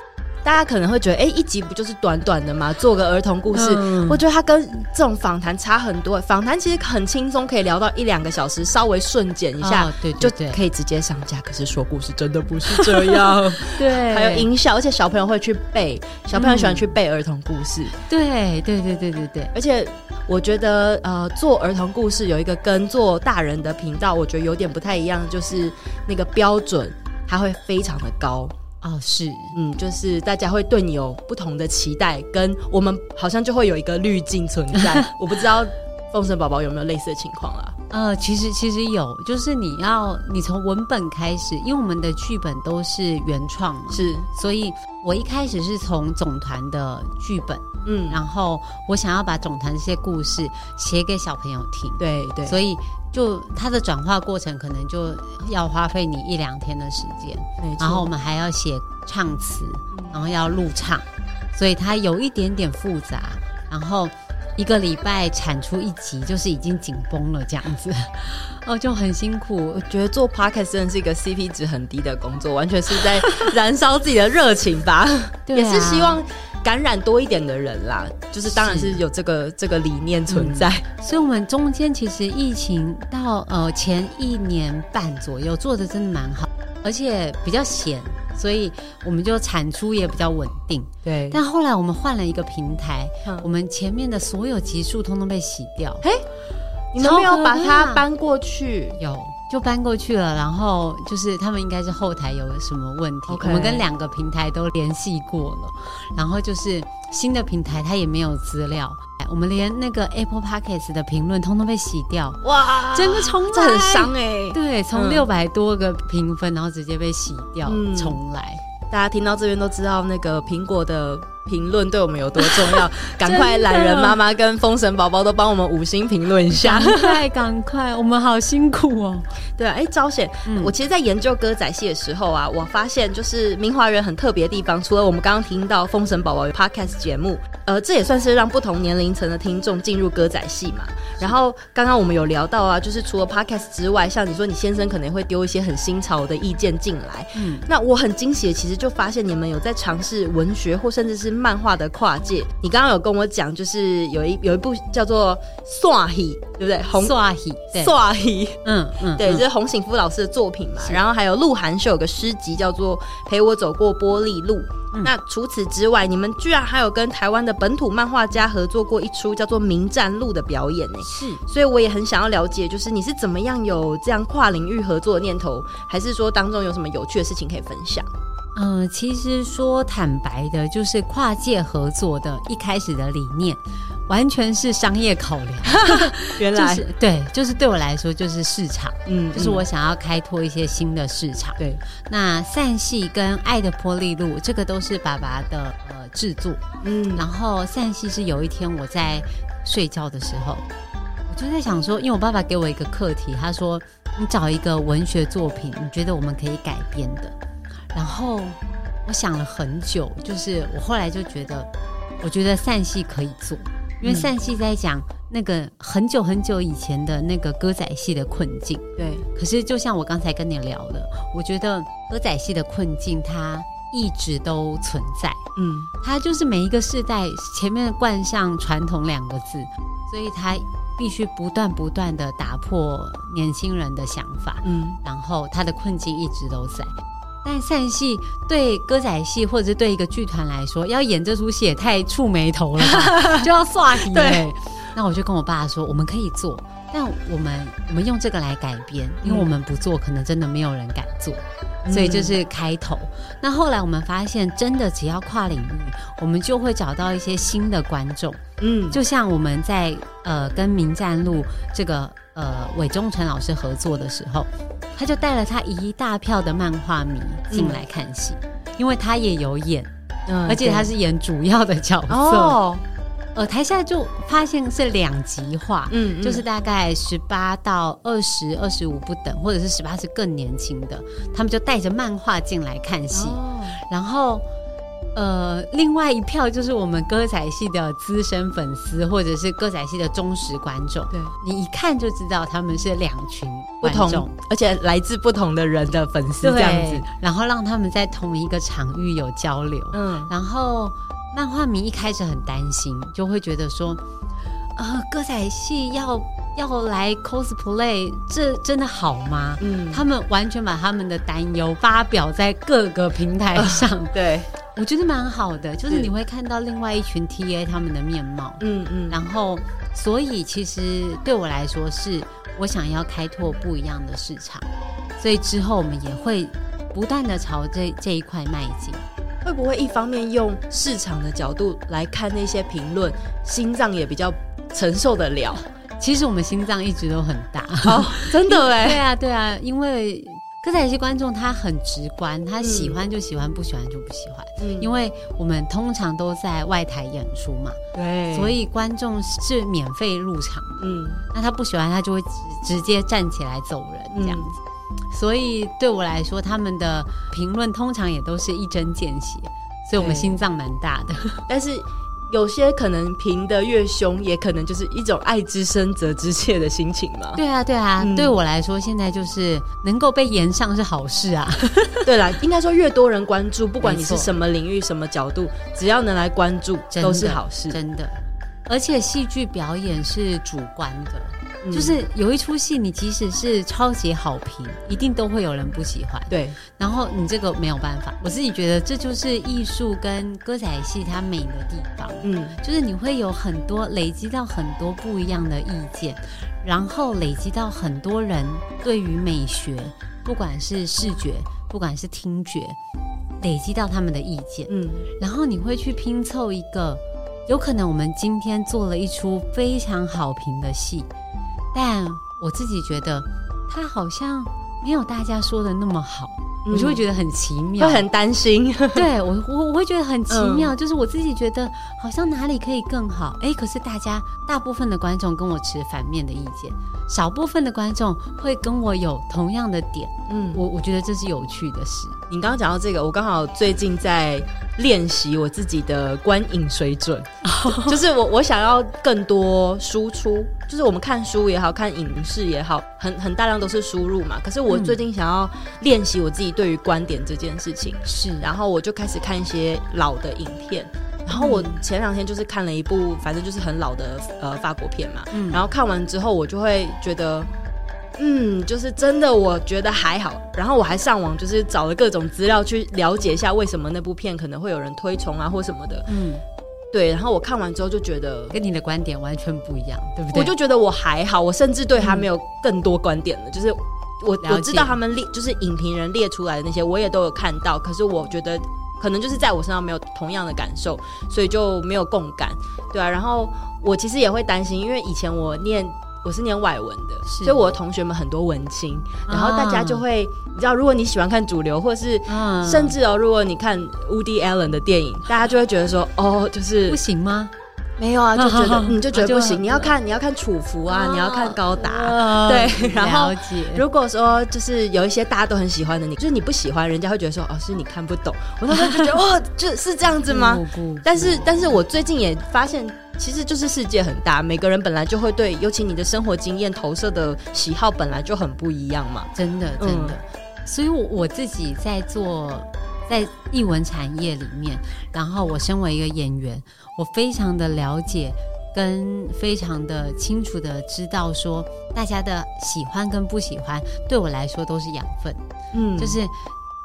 A: 大家可能会觉得，哎、一集不就是短短的吗？做个儿童故事，
C: 嗯
A: 我觉得它跟这种访谈差很多。访谈其实很轻松，可以聊到一两个小时，稍微瞬剪一下。
C: 哦对
A: 就
C: 对对，
A: 可以直接上架，可是说故事真的不是这样，
C: (laughs) 对，
A: 还有音效，而且小朋友会去背，小朋友喜欢去背儿童故事，
C: 对对对对对对，
A: 而且我觉得，呃，做儿童故事有一个跟做大人的频道，我觉得有点不太一样，就是那个标准它会非常的高，
C: 哦是，
A: 嗯，就是大家会对你有不同的期待，跟我们好像就会有一个滤镜存 (laughs) 在。我不知道风神宝宝有没有类似的情况啊啦。
C: 呃，其实其实有，就是你要你从文本开始，因为我们的剧本都是原创嘛，
A: 是，
C: 所以我一开始是从总团的剧本，
A: 嗯，
C: 然后我想要把总团这些故事写给小朋友听，
A: 对对，
C: 所以就它的转化过程可能就要花费你一两天的时间。
A: 没
C: 然后我
A: 错，嗯
C: 们还要写唱词，然后要录唱，所以它有一点点复杂。然后一个礼拜产出一集，就是已经紧绷了这样子， (laughs) 哦，就很辛苦
A: 我。觉得做 podcast 真的是一个 CP 值很低的工作，完全是在 (laughs) (laughs) 燃烧自己的热情吧。
C: 对
A: 也
C: 啊
A: 是希，望感染多一点的人啦。就是当然是有这个这个理念存在。
C: 所以我们中间其实疫情到呃前一年半左右做的真的蛮好，而且比较闲，所以我们就产出也比较稳定。
A: 对
C: 但后来我们换了一个平台，
A: 嗯
C: 我们前面的所有集数通通被洗掉。
A: 你们没有
C: 超可
A: 把它
C: 怕
A: 搬过去。
C: 有，就搬过去了。然后就是他们应该是后台有什么问题
A: OK
C: 我们跟两个平台都联系过了。然后就是新的平台它也没有资料，哎我们连那个 Apple Podcast 的评论通通被洗掉。
A: 哇
C: 整个重来
A: 啊这很伤哎、
C: 对，从
A: 嗯
C: 六百多个评分，然后直接被洗掉，
A: 嗯
C: 重来。
A: 大家听到这边都知道那个苹果的评论对我们有多重
C: (laughs)
A: 要，赶快懒人妈妈跟封神宝宝都帮我们五星评论一下
C: 赶。快，赶快，我们好辛苦哦。
A: 对啊，哎、招显，
C: 嗯
A: 我其实，在研究歌仔戏的时候啊，我发现就是明华园很特别的地方，除了我们刚刚听到《封神宝宝》有 podcast 节目，呃，这也算是让不同年龄层的听众进入歌仔戏嘛。然后刚刚我们有聊到啊，就是除了 podcast 之外，像你说你先生可能会丢一些很新潮的意见进来，
C: 嗯，
A: 那我很惊喜，其实就发现你们有在尝试文学或甚至是漫画的跨界。你刚刚有跟我讲，就是有一有一部叫做《刷戏》，对不对？红
C: 刷喜，对，
A: 刷戏，
C: 嗯嗯，
A: 对，
C: 嗯
A: 这是洪醒夫老师的作品嘛。然后还有鹿晗是有个诗集叫做《陪我走过玻璃路》。
C: 嗯
A: 那除此之外，你们居然还有跟台湾的本土漫画家合作过一出叫做《名战路》的表演呢、
C: 是。
A: 所以我也很想要了解，就是你是怎么样有这样跨领域合作的念头，还是说当中有什么有趣的事情可以分享？
C: 嗯、其实说坦白的，就是跨界合作的一开始的理念，完全是商业考量，
A: (laughs) 原
C: 就
A: 来，
C: 是对，就是对我来说就是市场，
A: 嗯
C: 就是我想要开拓一些新的市场。
A: 对，
C: 那散戏跟爱的波利路，这个都是爸爸的呃制作。
A: 嗯
C: 然后散戏是有一天我在睡觉的时候，我就在想说，因为我爸爸给我一个课题，他说你找一个文学作品，你觉得我们可以改编的。然后我想了很久，就是我后来就觉得，我觉得散戏可以做，因为
A: 嗯
C: 散戏在讲那个很久很久以前的那个歌仔戏的困境。
A: 对，
C: 可是，就像我刚才跟你聊的，我觉得歌仔戏的困境它一直都存在，
A: 嗯
C: 它就是每一个世代前面冠上“传统”两个字，所以它必须不断不断的打破年轻人的想法，
A: 嗯
C: 然后它的困境一直都在。但散戏对歌仔戏或者是对一个剧团来说，要演这出戏也太触眉头了吧，就要刷题
A: 对
C: 对，那我就跟我爸说，我们可以做，但我们我们用这个来改编，因为我们不做，可能真的没有人敢做。
A: 嗯
C: 所以就是开头。那后来我们发现，真的只要跨领域，我们就会找到一些新的观众。
A: 嗯，
C: 就像我们在呃跟民站路这个呃韦忠成老师合作的时候，他就带了他一大票的漫画迷进来看戏，因为他也有演，
A: 嗯
C: 而且他
A: 对
C: 是演主要的角色。
A: 哦，
C: 呃，台下就发现是两极化。
A: 嗯
C: 就是大概十八到二十、二十五不等，或者是十八是更年轻的，他们就带着漫画进来看戏，
A: 哦
C: 然后。呃，另外一票就是我们歌仔戏的资深粉丝，或者是歌仔戏的忠实观众，
A: 对
C: 你一看就知道他们是两群
A: 不
C: 观众
A: 同，，而且来自不同的人的粉丝这
C: 对
A: 样子，，
C: 然后让他们在同一个场域有交流，
A: 嗯
C: 然后漫画迷一开始很担心，就会觉得说，呃，歌仔戏要要来 cosplay，这真的好吗？
A: 嗯，
C: 他们完全把他们的担忧发表在各个平台上，
A: 对，
C: (laughs) 我觉得蛮好的，就是
A: 是
C: 你会看到另外一群 TA 他们的面貌，
A: 嗯嗯，
C: 然后所以其实对我来说是我想要开拓不一样的市场，所以之后我们也会不断的朝这这一块迈进。
A: 会不会一方面用市场的角度来看那些评论，心脏也比较承受得了？
C: 其实我们心脏一直都很大，
A: 哦，真的
C: 对
A: 哎，
C: 啊对啊，因为歌仔戏观众他很直观，他喜欢就喜欢，不喜欢就不喜欢，
A: 嗯
C: 哎因为我们通常都在外台演出嘛，
A: 对
C: 所以观众是免费入场的。
A: 嗯
C: 那他不喜欢，他就会直直接站起来走人
A: 嗯
C: 这样子。所以对我来说，他们的评论通常也都是一针见血，所以我们
A: 对
C: 心脏蛮大
A: (laughs)
C: 的。
A: 但是有些可能评的越凶，也可能就是一种爱之深责之切的心情
C: (laughs)
A: 嘛。
C: 对啊，对啊，
A: 嗯
C: 对我来说，现在就是能够被延上是好事啊。
A: 对啦，应该说越多人关注，不管你
C: 没
A: 是
C: 错
A: 什么领域、什么角度，只要能来关注，
C: 真的
A: 都是好事。
C: 真的。而且戏剧表演是主观的，
A: 嗯
C: 就是有一出戏，你即使是超级好评，一定都会有人不喜欢。
A: 对，
C: 然后你这个没有办法，我自己觉得这就是艺术跟歌仔戏它美的地方，
A: 嗯
C: 就是你会有很多累积到很多不一样的意见，然后累积到很多人对于美学，不管是视觉，不管是听觉，累积到他们的意见。
A: 嗯
C: 然后你会去拼凑一个，有可能我们今天做了一出非常好评的戏，但我自己觉得它好像没有大家说的那么好，
A: 嗯
C: 我就会觉得很奇妙，
A: 会很嗯担心。
C: 对我我我会觉得很奇妙，就是我自己觉得好像哪里可以更好，哎，可是大家大部分的观众跟我持反面的意见，少部分的观众会跟我有同样的点，
A: 嗯，
C: 我我觉得这是有趣的事，
A: 你刚刚讲到这个，我刚好最近在练习我自己的观影水
C: (laughs)
A: 准，就是我我想要更多输出，就是我们看书也好看影视也好，很很大量都是输入嘛。可是我
C: 嗯
A: 最近想要练习我自己对于观点这件事情，
C: 是
A: 然后我就开始看一些老的影片。然后我
C: 嗯
A: 前两天就是看了一部，反正就是很老的呃法国片嘛。
C: 嗯
A: 然后看完之后，我就会觉得，嗯，就是真的，我觉得还好。然后我还上网就是找了各种资料去了解一下为什么那部片可能会有人推崇啊或什么的。
C: 嗯。
A: 对，然后我看完之后就觉得，
C: 跟你的观点完全不一样，对不对？
A: 我就觉得我还好，我甚至对他没有更多观点了，就是我
C: 了解
A: 我知道他们列就是影评人列出来的那些，我也都有看到，可是我觉得可能就是在我身上没有同样的感受，所以就没有共感，对啊。然后我其实也会担心，因为以前我念我是念外文的，
C: 是
A: 所以我的同学们很多文青，然后大家就会、你知道，如果你喜欢看主流或是
C: 嗯
A: 甚至哦，如果你看 Woody Allen 的电影，大家就会觉得说，哦，就是
C: 不行吗？
A: 没有啊，就觉得你就觉
C: 啊就
A: 得不行。
C: 很
A: 你要看你要看楚服啊，
C: 哦
A: 你要看高达。
C: 啊
A: 对然后
C: 了解，
A: 如果说就是有一些大家都很喜欢的你，就是你不喜欢，人家会觉得说哦是你看不懂。我当时就觉得
C: (laughs)
A: 哇，就是这样子吗
C: 不？？不
A: 但是但是我最近也发现，其实就是世界很大，每个人本来就会对，尤其你的生活经验投射的喜好本来就很不一样嘛。
C: 真的真的，
A: 嗯
C: 所以我我自己在做在艺文产业里面，然后我身为一个演员，我非常的了解。跟非常的清楚的知道说，大家的喜欢跟不喜欢，对我来说都是养分，
A: 嗯，
C: 就是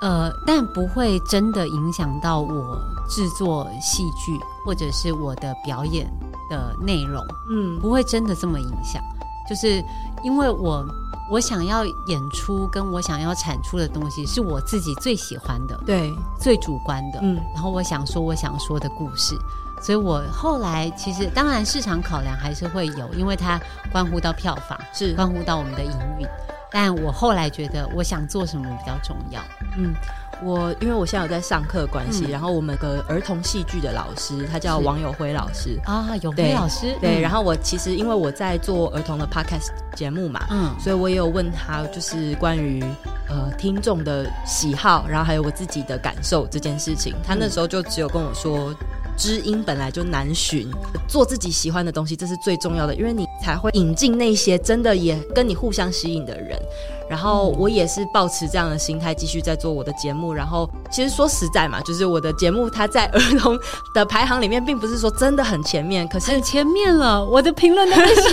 C: 呃，但不会真的影响到我制作戏剧或者是我的表演的内容。
A: 嗯
C: 不会真的这么影响，就是因为我我想要演出跟我想要产出的东西是我自己最喜欢的、
A: 对
C: 最主观的，
A: 嗯
C: 然后我想说我想说的故事，所以我后来其实当然市场考量还是会有，因为它关乎到票房，
A: 是
C: 关乎到我们的营运。但我后来觉得，我想做什么比较重要。
A: 嗯，我因为我现在有在上课的关系，
C: 嗯
A: 然后我们有个儿童戏剧的老师，他叫
C: 是
A: 王友辉老师。
C: 啊，永辉
A: 对
C: 老师，
A: 对，
C: 嗯
A: 然后我其实因为我在做儿童的 podcast 节目嘛，
C: 嗯，
A: 所以我也有问他，就是关于呃听众的喜好，然后还有我自己的感受这件事情。他那时候就只有跟我说，知音本来就难寻，做自己喜欢的东西，这是最重要的，因为你才会引进那些真的也跟你互相吸引的人。然后
C: 嗯
A: 我也是抱持这样的心态，继续在做我的节目。然后其实说实在嘛，就是我的节目它在儿童的排行里面，并不是说真的很前面，可是
C: 很前面了，我的评论都被洗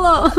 A: (laughs)
C: 了。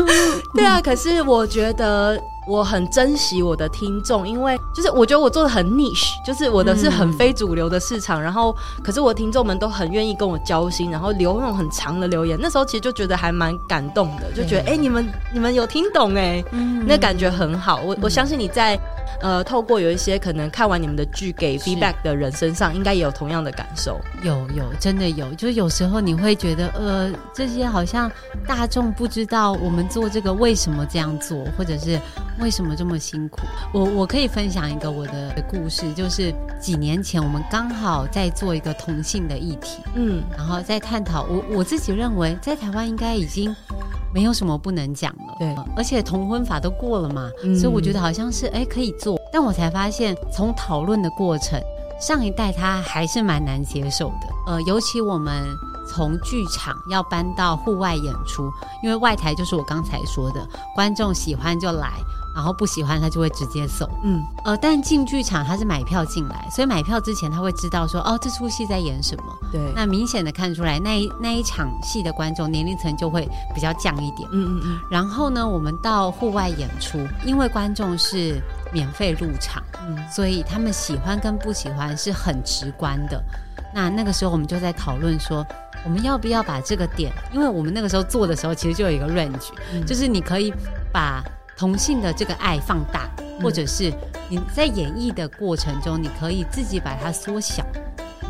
A: 对啊，可是我觉得我很珍惜我的听众，因为就是我觉得我做的很 niche，就是我的是很非主流的市
C: 嗯
A: 场，然后可是我听众们都很愿意跟我交心，然后留那种很长的留言，那时候其实就觉得还蛮感动的，就觉得哎、诶
C: 对
A: 你们你们有听懂哎、
C: 嗯
A: 那感觉很好。我我相信你在呃，透过有一些可能看完你们的剧给 feedback 的人身上，应该也有同样的感受。
C: 有有，真的有，就是有时候你会觉得，呃，这些好像大众不知道我们做这个为什么这样做，或者是为什么这么辛苦。我我可以分享一个我的故事，就是几年前我们刚好在做一个同性的议题，
A: 嗯
C: 然后在探讨，我我自己认为在台湾应该已经没有什么不能讲了，
A: 对，
C: 而且同婚法都过了嘛，
A: 嗯
C: 所以我觉得好像是哎可以做，但我才发现从讨论的过程，上一代他还是蛮难接受的，呃，尤其我们。从剧场要搬到户外演出，因为外台就是我刚才说的，观众喜欢就来，然后不喜欢他就会直接走。
A: 嗯，
C: 呃，但进剧场他是买票进来，所以买票之前他会知道说，哦，这出戏在演什么。
A: 对，
C: 那明显的看出来，那一那一场戏的观众年龄层就会比较降一点。
A: 嗯嗯嗯，
C: 然后呢，我们到户外演出，因为观众是免费入场，
A: 嗯
C: 所以他们喜欢跟不喜欢是很直观的。那那个时候我们就在讨论说，我们要不要把这个点，因为我们那个时候做的时候，其实就有一个 range，、
A: 嗯
C: 就是你可以把同性的这个爱放大，或者是你在演绎的过程中，你可以自己把它缩小，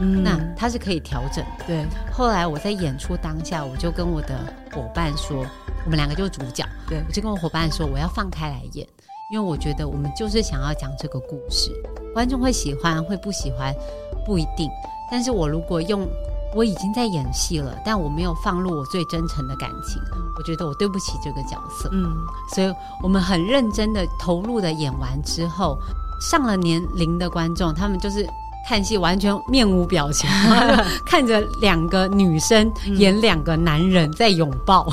A: 嗯
C: 那它是可以调整的。
A: 对，
C: 后来我在演出当下，我就跟我的伙伴说，我们两个就是主角，
A: 对
C: 我就跟我伙伴说，我要放开来演，因为我觉得我们就是想要讲这个故事，观众会喜欢会不喜欢不一定，但是我如果用我已经在演戏了，但我没有放入我最真诚的感情，我觉得我对不起这个角色，
A: 嗯
C: 所以我们很认真的投入的演完之后，上了年龄的观众，他们就是看戏完全面无表情，然后就看着两个女生演两个男人在拥抱，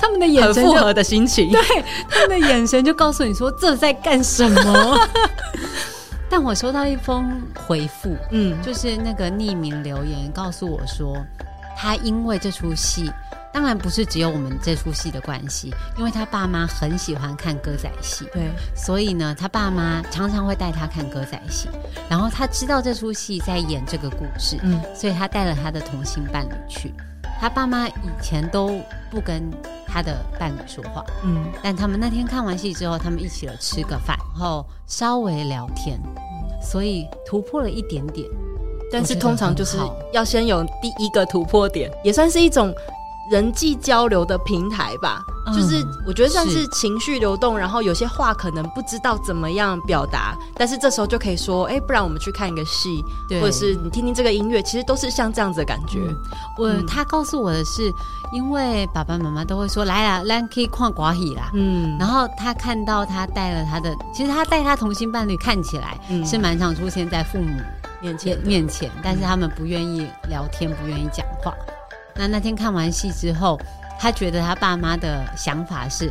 C: 他们的眼
A: 很
C: 神
A: 复
C: 就
A: 合的心情。
C: 他们的眼神就告诉你说这在干什
A: 嗯
C: 么。但我收到一封回复，
A: 嗯
C: 就是那个匿名留言告诉我说，他因为这出戏，当然不是只有我们这出戏的关系，因为他爸妈很喜欢看歌仔戏，
A: 对，
C: 所以呢，他爸妈常常会带他看歌仔戏，然后他知道这出戏在演这个故事，
A: 嗯
C: 所以他带了他的同性伴侣去。他爸妈以前都不跟他的伴侣说话。
A: 嗯，
C: 但他们那天看完戏之后，他们一起了吃个饭，然后稍微聊天，所以突破了一点点。
A: 但是
C: 我觉得
A: 通常就是
C: 很好
A: 要先有第一个突破点，也算是一种人际交流的平台吧。
C: 嗯
A: 就是我觉得算是
C: 是
A: 情绪流动，然后有些话可能不知道怎么样表达，但是这时候就可以说，哎、不然我们去看一个戏，
C: 对
A: 或者是你听听这个音乐，其实都是像这样子的感觉。
C: 嗯我、
A: 嗯
C: 他告诉我的是，因为爸爸妈妈都会说来啦，咱可以看寡喜啦。
A: 嗯，
C: 然后他看到他带了他的，其实他带他同性伴侣看起来
A: 嗯
C: 是蛮常出现在父母
A: 面前
C: 面
A: 的
C: 面前，但是他们不愿意聊天，不愿意讲话。那那天看完戏之后，他觉得他爸妈的想法是，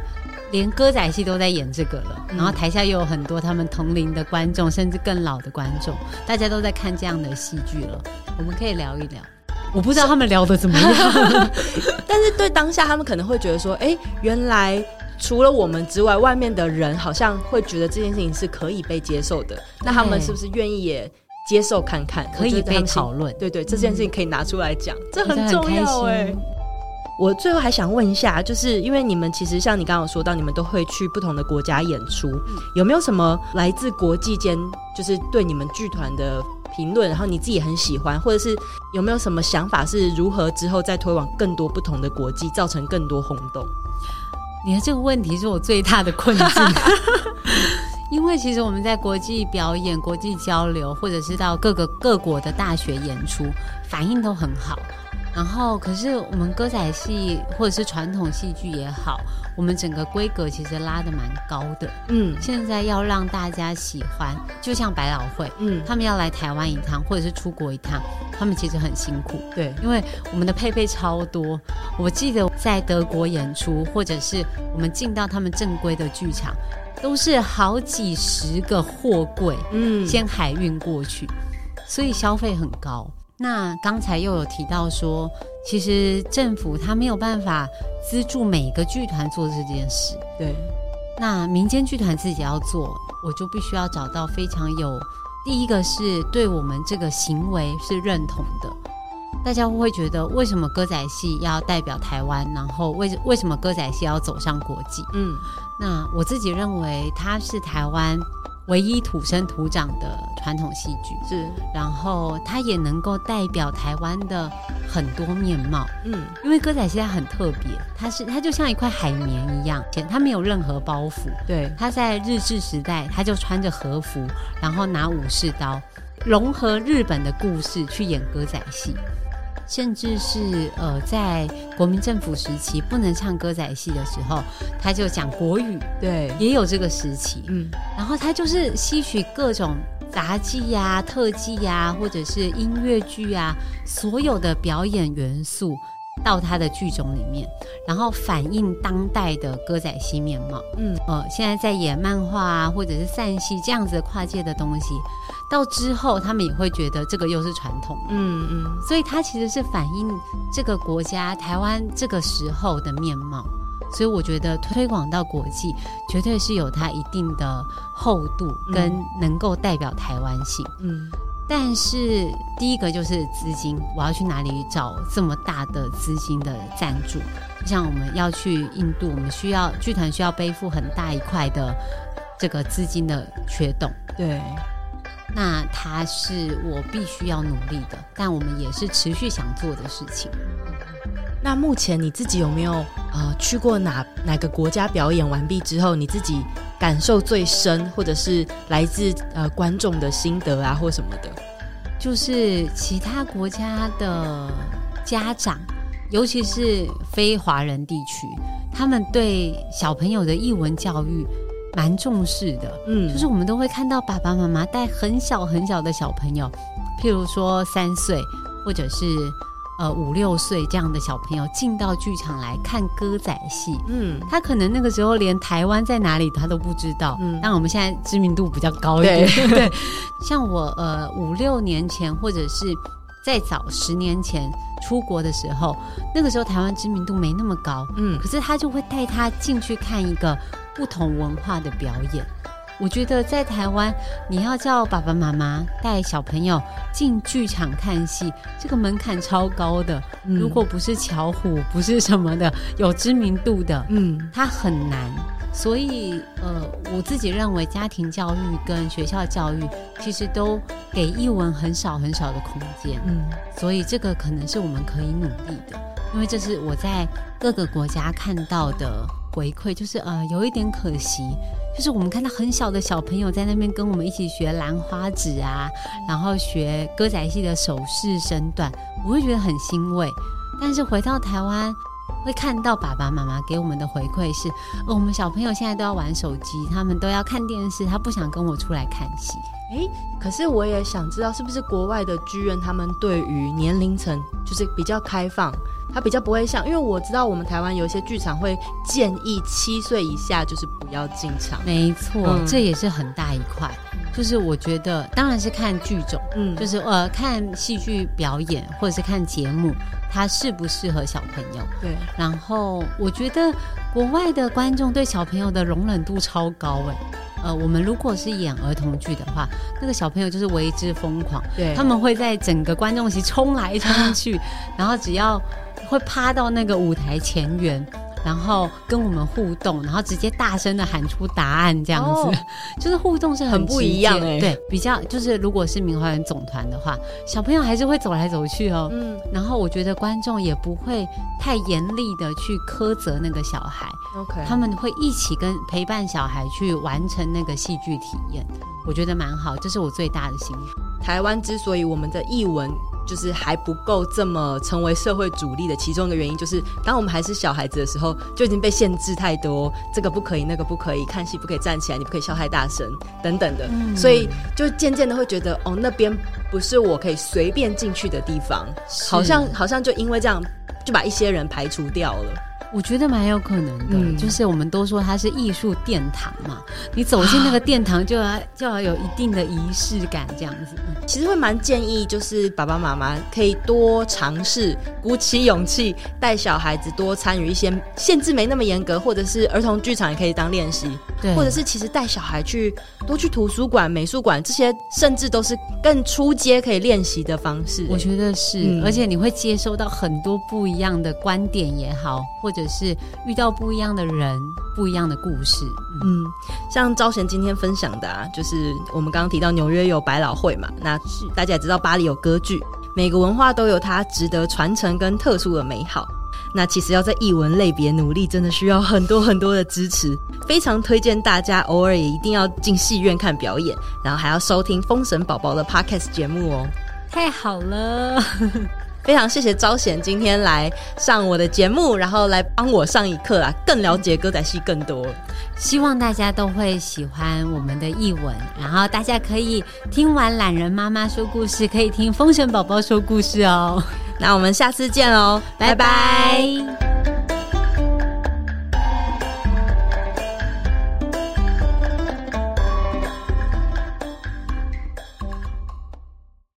C: 连歌仔戏都在演这个了，
A: 嗯
C: 然后台下又有很多他们同龄的观众，甚至更老的观众，大家都在看这样的戏剧了。我们可以聊一聊，我不知道他们聊的怎么样。 (laughs)
A: 但是对当下，他们可能会觉得说，哎、原来除了我们之外，外面的人好像会觉得这件事情是可以被接受的。那他们是不是愿意也接受看看？我
C: 可
A: 觉
C: 以
A: 得他
C: 被
A: 们是
C: 讨论，
A: 对对，这件事情可以拿出来讲，这很
C: 觉得
A: 重
C: 开
A: 要
C: 心
A: 哎、我最后还想问一下，就是因为你们其实像你刚刚有说到，你们都会去不同的国家演出，有没有什么来自国际间就是对你们剧团的评论，然后你自己也很喜欢，或者是有没有什么想法是如何之后再推广更多不同的国际，造成更多轰动？
C: 你的这个问题是我最大的困境， (laughs) 因为其实我们在国际表演、国际交流，或者是到各个各国的大学演出，反应都很好。然后，可是我们歌仔戏或者是传统戏剧也好，我们整个规格其实拉的蛮高的。
A: 嗯
C: 现在要让大家喜欢，就像百老汇，
A: 嗯，
C: 他们要来台湾一趟，或者是出国一趟，他们其实很辛苦。
A: 对，
C: 因为我们的配备超多。我记得在德国演出，或者是我们进到他们正规的剧场，都是好几十个货柜
A: 嗯
C: 先海运过去，所以消费很高。那刚才又有提到说，其实政府它没有办法资助每个剧团做这件事，
A: 对，
C: 那民间剧团自己要做，我就必须要找到非常有，第一个是对我们这个行为是认同的。大家会觉得为什么歌仔戏要代表台湾，然后为为什么歌仔戏要走上国际？
A: 嗯
C: 那我自己认为它是台湾唯一土生土长的传统戏剧，
A: 是，
C: 然后它也能够代表台湾的很多面貌。
A: 嗯
C: 因为歌仔戏它很特别，它是它就像一块海绵一样，它没有任何包袱，
A: 对，
C: 他在日治时代，他就穿着和服，然后拿武士刀，融合日本的故事去演歌仔戏，甚至是呃，在国民政府时期不能唱歌仔戏的时候，他就讲国语，
A: 对，
C: 也有这个时期。
A: 嗯
C: 然后他就是吸取各种杂技呀、特技呀、或者是音乐剧啊，所有的表演元素到他的剧种里面，然后反映当代的歌仔戏面貌。
A: 嗯，
C: 呃，现在在演漫画啊，或者是散戏这样子的跨界的东西，到之后他们也会觉得这个又是传统的，
A: 嗯嗯，
C: 所以它其实是反映这个国家台湾这个时候的面貌。所以我觉得推广到国际，绝对是有它一定的厚度跟
A: 嗯
C: 能够代表台湾性。
A: 嗯
C: 但是第一个就是资金，我要去哪里找这么大的资金的赞助？就像我们要去印度，我们需要剧团需要背负很大一块的这个资金的缺洞，
A: 对，
C: 那它是我必须要努力的，但我们也是持续想做的事情。
A: 那目前你自己有没有呃去过哪哪个国家表演完毕之后，你自己感受最深，或者是来自呃观众的心得啊，或什么的？
C: 就是其他国家的家长，尤其是非华人地区，他们对小朋友的译文教育蛮重视的。
A: 嗯
C: 就是我们都会看到爸爸妈妈带很小很小的小朋友，譬如说三岁或者是呃五六岁这样的小朋友进到剧场来看歌仔戏。
A: 嗯，
C: 他可能那个时候连台湾在哪里他都不知道，
A: 嗯
C: 但我们现在知名度比较高一点。 (laughs) 对，像我呃五六年前或者是再早十年前出国的时候，那个时候台湾知名度没那么高，
A: 嗯
C: 可是他就会带他进去看一个不同文化的表演。我觉得在台湾，你要叫爸爸妈妈带小朋友进剧场看戏，这个门槛超高的。
A: 嗯
C: 如果不是巧虎，不是什么的，有知名度的，
A: 嗯
C: 它很难。所以，呃，我自己认为家庭教育跟学校教育其实都给译文很少很少的空间，
A: 嗯
C: 所以这个可能是我们可以努力的，因为这是我在各个国家看到的回馈，就是呃，有一点可惜，就是我们看到很小的小朋友在那边跟我们一起学兰花指啊，然后学歌仔戏的手势身段，我会觉得很欣慰。但是回到台湾，会看到爸爸妈妈给我们的回馈是，哦，我们小朋友现在都要玩手机，他们都要看电视，他不想跟我出来看戏。
A: 哎，可是我也想知道，是不是国外的剧院他们对于年龄层就是比较开放，他比较不会像，因为我知道我们台湾有一些剧场会建议七岁以下就是不要进场。
C: 没错，
A: 嗯
C: 这也是很大一块。就是我觉得，当然是看剧种，
A: 嗯
C: 就是呃看戏剧表演或者是看节目，它适不适合小朋友。
A: 对，
C: 然后我觉得国外的观众对小朋友的容忍度超高哎、呃，我们如果是演儿童剧的话，那个小朋友就是为之疯狂，
A: 对啊
C: 他们会在整个观众席冲来冲去，然后只要会趴到那个舞台前缘，然后跟我们互动，然后直接大声的喊出答案，这样子，
A: 哦
C: (laughs) 就是互动是
A: 很
C: 很
A: 不
C: 直
A: 一样
C: 接
A: 欸
C: 对，比较就是如果是明华园总团的话，小朋友还是会走来走去哦，
A: 嗯
C: 然后我觉得观众也不会太严厉的去苛责那个小孩，
A: ，OK，
C: 他们会一起跟陪伴小孩去完成那个戏剧体验，我觉得蛮好，这是我最大的心愿。
A: 台湾之所以我们的译文就是还不够这么成为社会主力的其中一个原因，就是当我们还是小孩子的时候，就已经被限制太多，这个不可以，那个不可以，看戏不可以站起来，你不可以笑太大声等等的，所以就渐渐的会觉得，哦，那边不是我可以随便进去的地方，好像好像就因为这样就把一些人排除掉了。
C: 我觉得蛮有可能的，
A: 嗯
C: 就是我们都说它是艺术殿堂嘛，你走进那个殿堂就要就要有一定的仪式感，这样子。
A: 其实会蛮建议，就是爸爸妈妈可以多尝试，鼓起勇气带小孩子多参与一些限制没那么严格，或者是儿童剧场也可以当练习，
C: 对
A: 或者是其实带小孩去多去图书馆、美术馆这些，甚至都是更出街可以练习的方式。
C: 我觉得是，
A: 嗯
C: 而且你会接收到很多不一样的观点也好，或者是遇到不一样的人、不一样的故事。嗯
A: 嗯，像招贤今天分享的啊，就是我们刚刚提到纽约有百老汇嘛，那大家也知道巴黎有歌剧，每个文化都有它值得传承跟特殊的美好。那其实要在译文类别努力，真的需要很多很多的支持，非常推荐大家偶尔也一定要进戏院看表演，然后还要收听《封神宝宝》的 podcast 节目哦。
C: 太好了，
A: 非常谢谢招贤今天来上我的节目，然后来帮我上一课啊，更了解歌仔戏更多。
C: 希望大家都会喜欢我们的译文，然后大家可以听完懒人妈妈说故事，可以听风神宝宝说故事哦。
A: 哦那我们下次见喽，拜拜
C: 拜拜